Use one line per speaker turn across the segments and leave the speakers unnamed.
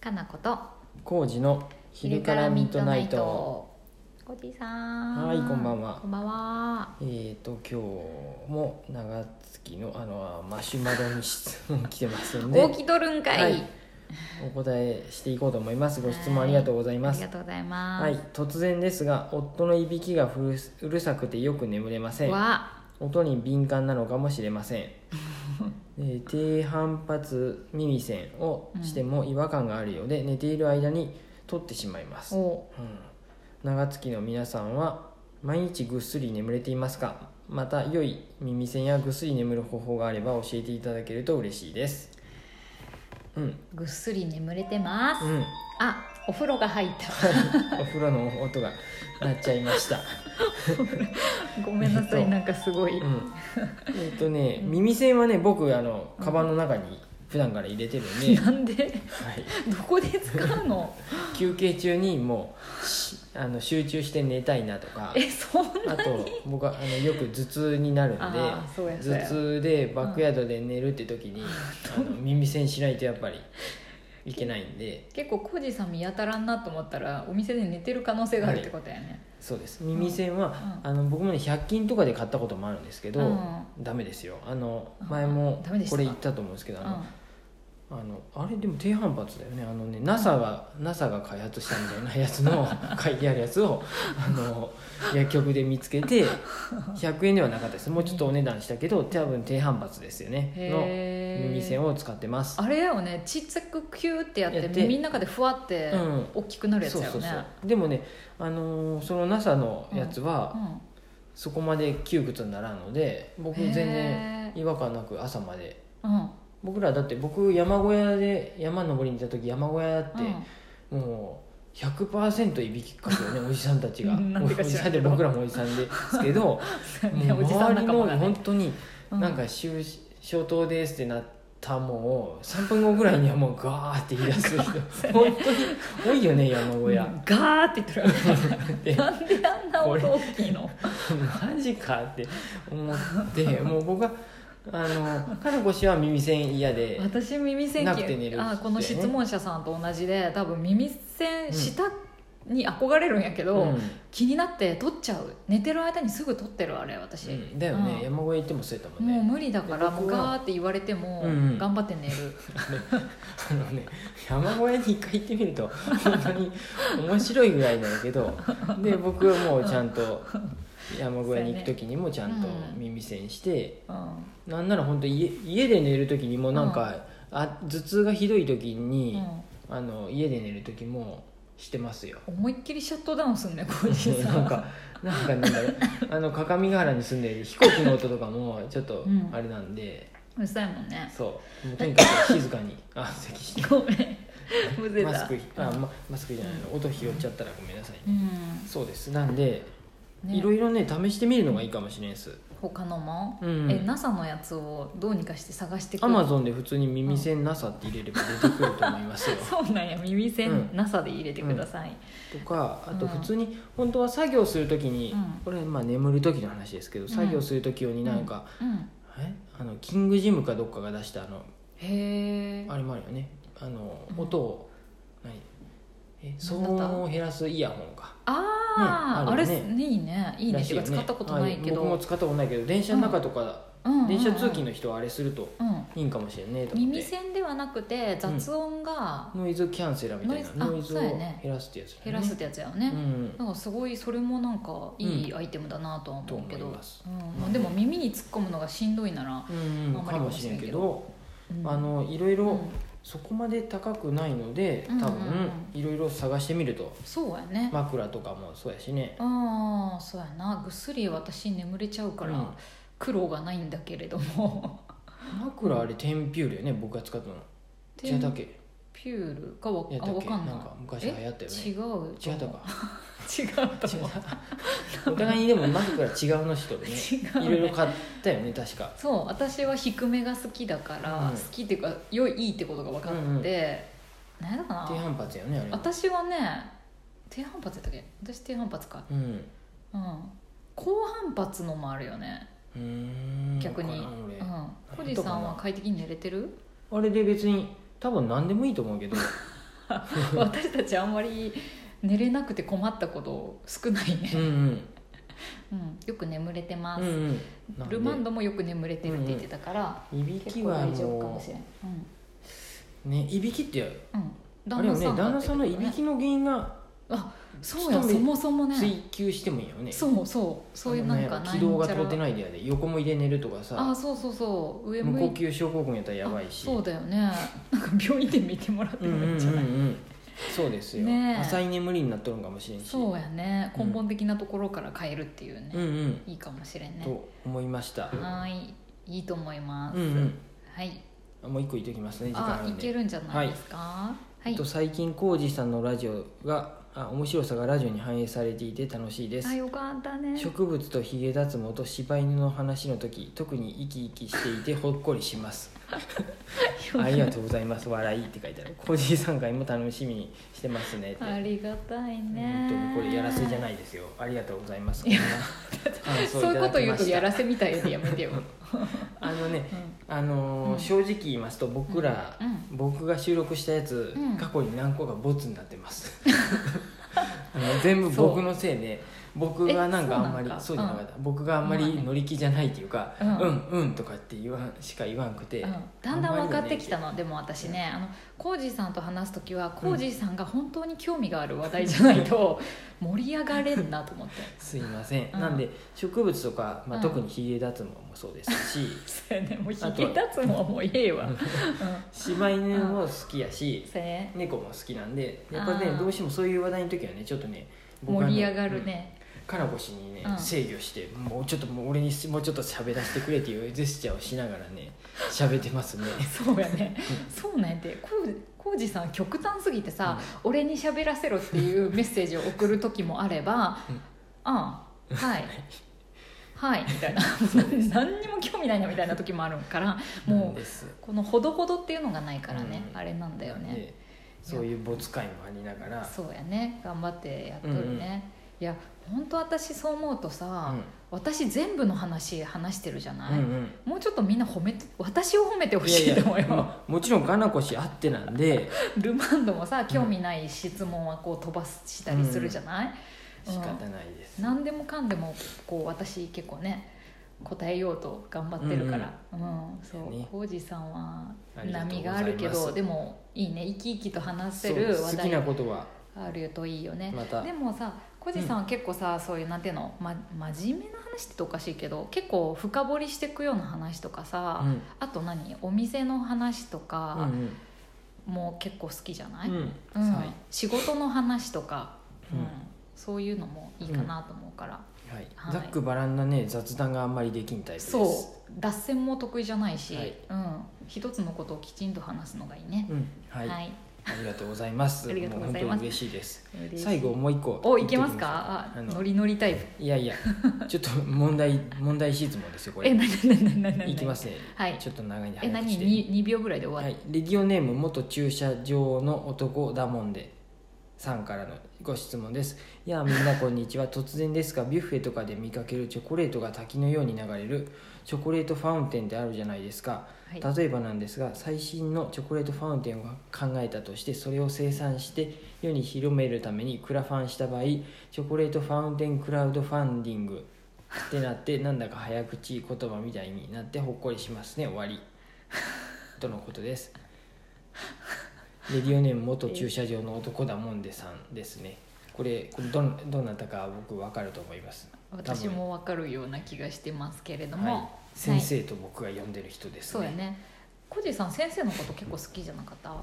かなこと
工事の昼からミッドナイト。
おじさん。
はいこんばんは
こんばんは。
えー、と今日も長月のあのマシュマロに質問来てますんで
大きとるんかい。
はいお答えしていこうと思いますご質問ありがとうございま
あ
す
りがとうございます。
はい、突然ですが夫のいびきがふるうるさくてよく眠れません
わ
音に敏感なのかもしれま せんえー低反発耳栓をしても違和感があるようで、寝ている間に取ってしまいます、うん、
お
長月の皆さんは毎日ぐっすり眠れていますかまた良い耳栓やぐっすり眠る方法があれば教えていただけると嬉しいですうんうん
ぐっすり眠れてます。あお風呂が入った。
お風呂の音が鳴っちゃいました
ごめんなさ
えっ
い
と
なんかすごい。
うんえっとね耳栓はね僕あのカバンの中に普段から入れてるんで、は
なんで
い、
どこで使うの？
休憩中にもうしあの集中して寝たいなとか
えそんな
あと僕はあのよく頭痛になるんで
あーそうやそうや
頭痛でバックヤードで寝るって時に、あの耳栓しないとやっぱりいけないんで
結構コージさん見当たらんなと思ったらお店で寝てる可能性があるってことやね。
そうです耳栓は、
う
あの僕もね100均とかで買ったこともあるんですけど、
うん
ダメですよあの
あー
前も
ダメでした
これ言ったと思うんですけどあの、あのあれでも低反発だよねあのね NASA が NASA が開発したみたいなやつ の書いてあるやつをあの薬局で見つけて100円ではなかったですもうちょっとお値段したけど多分低反発ですよねの
へ
耳栓
を
を使ってます
あれだよねちっちゃくキューってやって
やって
耳の中でふわって
うん
大きくなるやつ
そう
だよ
そう
ね
そうでもね、あのーその NASA のやつは、そこまで窮屈にならんので僕
うん
全然
へー
違和感なく朝まで
うん
僕らだって僕山小屋で山登りに行った時山小屋だって、もう100%いびきっかく よねおじさんたちが
なんでか
おじ
知ら
さ
ん
ん
け
で
ど
僕らもおじさんですけ ども
うん
う
ねおじさん
周り
仲間
の
が
本
ね
当に
うん
なんか就消灯ですってなったもう3分後ぐらいにはもうガーって言い出す 人本当に多いよね山小屋
ガーって言ってるよね
で
なんであんな音大きいの
マジかって思ってもう僕はあのかなこ氏は耳栓嫌で
私耳栓
なくて寝る
あこの質問者さんと同じで多分耳栓下に憧れるんやけど、
うん
気になって取っちゃう寝てる間にすぐ取ってるあれ私、
うんだよね、
うん
山小屋行ってもそうやったもんね
もう無理だから
で
もう
僕は
ガーって言われても
うんうん
頑張って寝る、
あのね山小屋に一回行ってみると本当に面白いぐらいなんやけどで僕はもうちゃんと山小屋に行く時にもちゃんと耳栓して、
うん
なんなら本当家家で寝る時にもなんか、あ頭痛がひどい時
う
に、
ん
あの家で寝る時もしてますよ。
思いっきりシャットダウンすんね浩次さん
なんかなんかなんだろうあの各務原に住んでる飛行機の音とかもちょっとあれなんで、
うるさいもんね
そうもうとにかく静かにあ咳して
ごめんむせた
マスクあ、
うん
ま、マスクじゃないの、音拾っちゃったらごめんなさい、
うん
そうですなんで、
ね
いろいろね試してみるのがいいかもしれんす
他のも、
うん
え NASA のやつをどうにかして探してく
ア
る
マゾンで普通に耳栓 NASA って入れれば出てくると思いますよ
そうなんや耳栓、
うん
NASA で入れてください、
とかあと
うん
普通に本当は作業する時に、
うん
これまあ眠る時の話ですけど
ん
作業する時用になんか、
うん
えあのキングジムかどっかが出したあの
へえ
あれもあるよねあの
うん
音を、何え騒音を減らすイヤホンか
あー、
ねあ
あ
る
れ
よね
いいねいいね
ら
って
し
いう
よ
か使ったことないけど、
あ僕も使ったことないけど電車の中とか、
うんうんうん
電車通勤の人はあれすると
うん、
いいんかもしれんねと思っ
耳
て
栓ではなくて雑音が
ノイズキャンセラーみたいな
ノ
ノ
イ
イ
ズ
ズ
あ
を
そうやね
減らすってやつだね
減らすってやつやよね、
うん
なんかすごいそれもなんかいいアイテムだなとは思うけど、
と
うん
思います
まあでも耳に突っ込むのがしんどいなら、
うん
あんま
か
り
もしれんけ
か
ど、
うん
あのいろ
う
い
ん
ろそこまで高くないので多
う
分、
んうんう
いろいろ探してみると
そうやね、
枕とかもそうやしね
ああそうやなぐっすり私眠れちゃうから、
うん
苦労がないんだけれども
枕あれテンピュールよね僕が使ったの 違ったっけ
ピュールかわ
やった
あ
っ
わ
け
かんない
んか昔流行ったよね
え違うと
違っ たか
違うと
違
思う
ったお互いにでも枕違うの人で ね
違うね
いろいろ買ったよね確か
そう私は低めが好きだから、
うん
好きっていうか良いいいってことが分かって、
うんうん
何やったか
低
な
反発よねあれ
私はね低反発やったっけ私低反発か
うん
うん高反発のもあるよね
うーん
逆に
わからん
う
俺
ん
俺
コジさんは快適に寝れてる
あれで別に多分何でもいいと思うけど
私たちあんまり寝れなくて困ったこと少ない
うん
ね、うん、よく眠れてま
うん
す、
うん
ルマン
ド
ドもよく眠れてるって言ってたから、
いびき
結構
は
大丈夫かも
も
しれない、うん
うねいびきって
うん、
あれよね旦那さんの
だって
いびきの原因が
あそうや
一目
そもそもね
追求してもいいよね
そうそうそういう
あの
なん
ね
か
軌道が通って
い
ないでやで横も入れ寝るとか
あ
さ
そうそうそう上向
無呼
いて
吸症候群やったらやばいし
そうだよね なんか病院で見てもらって
うん
も
うん
いい
うんん
じゃない、
うんそうですよ
ねえ
浅い眠りになっとるんかもしれんし
そうやね
うん
根本的なところから変えるっていうね、
うんうん
いいかもしれんね
と思いました
はーいいいと思います、
うんうん
はい
あもう一個言っておきますね時間あ
あ
る
い
ん
け
で
るんじゃないですかはい、
えっと最近浩二さんのラジオがあ面白さがラジオに反映されていて楽しいです
あよかったね
植物とヒゲ脱毛と柴犬の話の時特に生き生きしていてほっこりしますありがとうございます笑いって書いてある浩二さん会も楽しみにしてますねって
ありがたいね
本当にこれやらせじゃないいですよありがとうございますこんな感想
そういうこと言う
いただきま
と
した
やらせみたいでやめて よ、
あのね
うん
あのー
うん
正直言いますと僕ら、
うん
僕が収録したやつ、
うん
過去に何個かボツになってます あの全部
そう
僕のせいで僕がなんかあんまり
え
そ
そうう
じ
な
ゃ
ん
な
だ
かった、僕があんまり乗り気じゃないっていうか「
う
うん
ん、
うんとかって言わんしか言わんくて、
うんだんだん分かってきた
あ
の、でも私ねあのコージーさんと話す時はコージーさんが本当に興味がある話題じゃない と盛り上がれんなと思って
すいません、
うん
なんで植物とか、まあ
うん
特にヒゲ脱毛もそうですし、
そうやねもうひ
あと
げ
は
立つもんもうええわ、うん、
柴犬も好きやし、
そうやね
猫も好きなんでやっぱ
あ
ね
ー
どうしてもそういう話題の時はねちょっとね僕あの
盛り上がるね、
カラゴシにね
うん
制御して、もうちょっともう俺にもうちょっと喋らせてくれっていうジェスチャーをしながら ね喋ってますね
そうやねそうなんやてコーコージーさん極端すぎてさ、俺に喋らせろって いうメッセージを送る時もあれば「
うん
ああはい」はいみたいな何にも興味ないなみたいな時もあるから
な
も
ん
う
です
このほどほどっていうのがないからね、
うん
あれなんだよね
でそういう没会もありながら
そうやね頑張ってやっとるね、いや本当私そう思うとさ、私全部の話話してるじゃ
う
なんい、
うん
もうちょっとみんな褒めて私を褒めて
う
ほ
んいや
し
い
いと思うよ
やもうもちろんカナコシあってなんで
ルマンドもさ興味ない質問はこう飛ばしたりするじゃない、うん
仕方ないです、
何でもかんでもこう私結構ね答えようと頑張ってるから、うんそう
ね
浩二さんは
ありがとうございま
波
す
があるけどでもいいね生き生きと話せる
そう
話
好きな
題
ことは
あるといいよね、
また
でもさ浩二さんは結構さ、そういうなんていうの、ま、真面目な話って言うとおかしいけど結構深掘りしていくような話とかさ、
うん
あと何お店の話と
う
か
ん
も結構好きじゃな
う
い、
んうん
うん
はい
仕事の話とか、
うん
そういうのもいいかなと思うから、
はい
はい
ざっくばらんなね雑談があんまりできんタイプです
そう脱線も得意じゃないし、
はい
うん、一つのことをきちんと話すのがいいね、
うんはい、
はい
ありがとうございます
ありがとうございます
も本当に嬉しいです
嬉しい
最後もう一個
おいけます
言
か
って
あ
おきましょうあの
ノリノリタイプ
いや いやちょっと問題問題質問ですよこ
え
れ
なになになになになに
いきますね
はい
ちょっと長いんで
え
早く
何
して
に2秒ぐらいで終
は
わる、
い、レギオネーム元駐車場の男だもんでさんからのご質問ですいやあみんなこんに ちは突然ですがビュッフェとかで見かけるチョコレートが滝のように流れるチョコレートファウンテンってあるじゃないですか
はい
例えばなんですが最新のチョコレートファウンテンを考えたとしてそれを生産して世に広めるためにクラファンした場合チョコレートファウンテンクラウドファンディングってなってなんだか早口言葉みたいになってほっこりしますね終わりとのことですレディオネーム元駐車場の男だもんでさんですねこれこれどんどなたか僕分かると思います
私も分かるような気がしてますけれ
多
ど
分
も、
はい、先生と僕が呼んでる人です
そうやねコジさん先生のこと結構好きじゃなかった、
好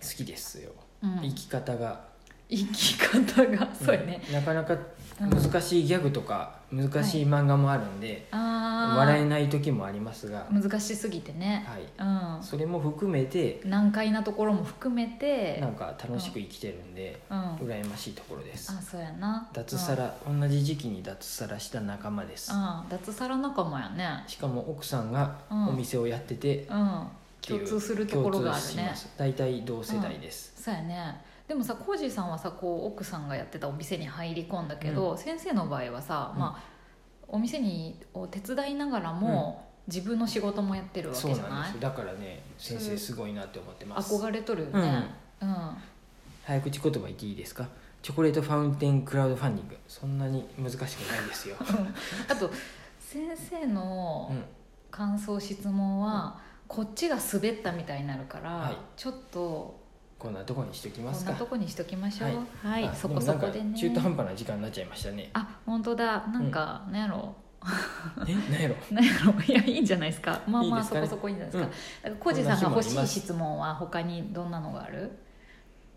きですよ
うん、
生き方が
生き方がそうやね、
うんなかなか
うん
難しいギャグとか難しい漫画もあるんで、
ああ
笑えない時もありますが、
難しすぎてね、
はい、
うん
それも含めて
難解なところも含めて
なんか楽しく生きてるんで、
うんあ
羨ましいところです
そうやな
脱サラ、同じ時期に脱サラした仲間です、
うん、うん、脱サラ仲間やね
しかも奥さんが
うん
お店をやってて、
うん共通するところがあるね
大体同世代です、
そうやねでもさコージーさんはさこう奥さんがやってたお店に入り込んだけど、先生の場合はさ、
うん
まあお店にを手伝いながらも、自分の仕事もやってるわ
そう
けじゃ
なん
な
で
い
すだからね先生すごいなって思ってます
憧れとるよね、うん
早口言葉言っていいですかチョコレートファウンテンクラウドファンディングそんなに難しくない ですよ、
あと先生の
う
感想質問は、こっちが滑ったみたいになるから、
はい
ちょっと
ん、こんなとこにしときま
こ
す
ん
か
なとこにしときましょうはい、
あ
そこそこ
も
で
な
ね
んか中途半端な時間になっちゃいましたね
あ本当だなんか、なんやろ
え何やろ
なんやろ いやいいんじゃないですかまあま
いい
あ
です
そ
かね
こそこいいんじゃないですかだ
うん
から浩二さんが欲し
こんな日もありま
い
す
質問は他にどんなのがある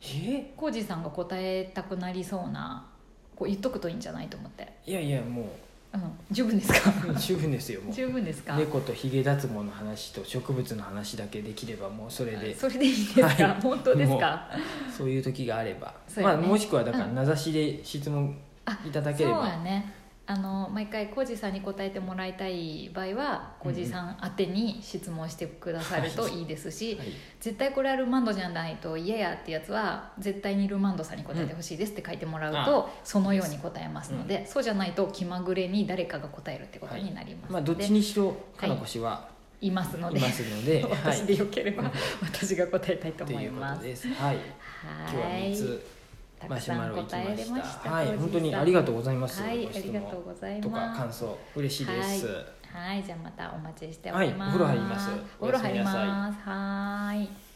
え
浩二さんが答えたくなりそうなこう言っとくといいんじゃないと思って、
いやいやも
うん、十分ですか
う十分ですよも う
十分ですか
猫とヒゲ脱毛の話と植物の話だけできればもうそれで
それでいいですか、
はい
本当ですか
そういう時があれば、
そう
ま
や
あ
ね
もしくはだから
うん
名指しで質問
あ
いただ
そ
け
う
れ
や
ば、
ねあの毎回浩二さんに答えてもらいたい場合は浩二さん宛てに質問してくださるといいですし、
はい、
絶対これはルマンドじゃないと嫌やってやつは絶対にルマンドさんに答えてほしいですって書いてもらうと、そのように答えますので、そうじゃないと気まぐれに誰かが答えるってことになります
まあ
の
どっ
で、
ちにしろかなこ氏はい
ますの
い
で
ますので、はい
私でよければ、
うん
私が答えたいと
と
思
い
いう
こ
ま
と
す。
です。はい、今日は
は
三
い
つ
た
マ
く
シ
さ
ュマ
ん
ロいき
答
ま
えれ
し
ま
た。
した。
はい、
浩二さん
本当にありがとうございます。
はい、
ご
あ
質
り
問
がとうござい
とか
ま
感
す。
想嬉しいです。
はい、じゃあまたお待ちしてお
はい
ります。
お風呂入ります
お風呂入ります。はーい。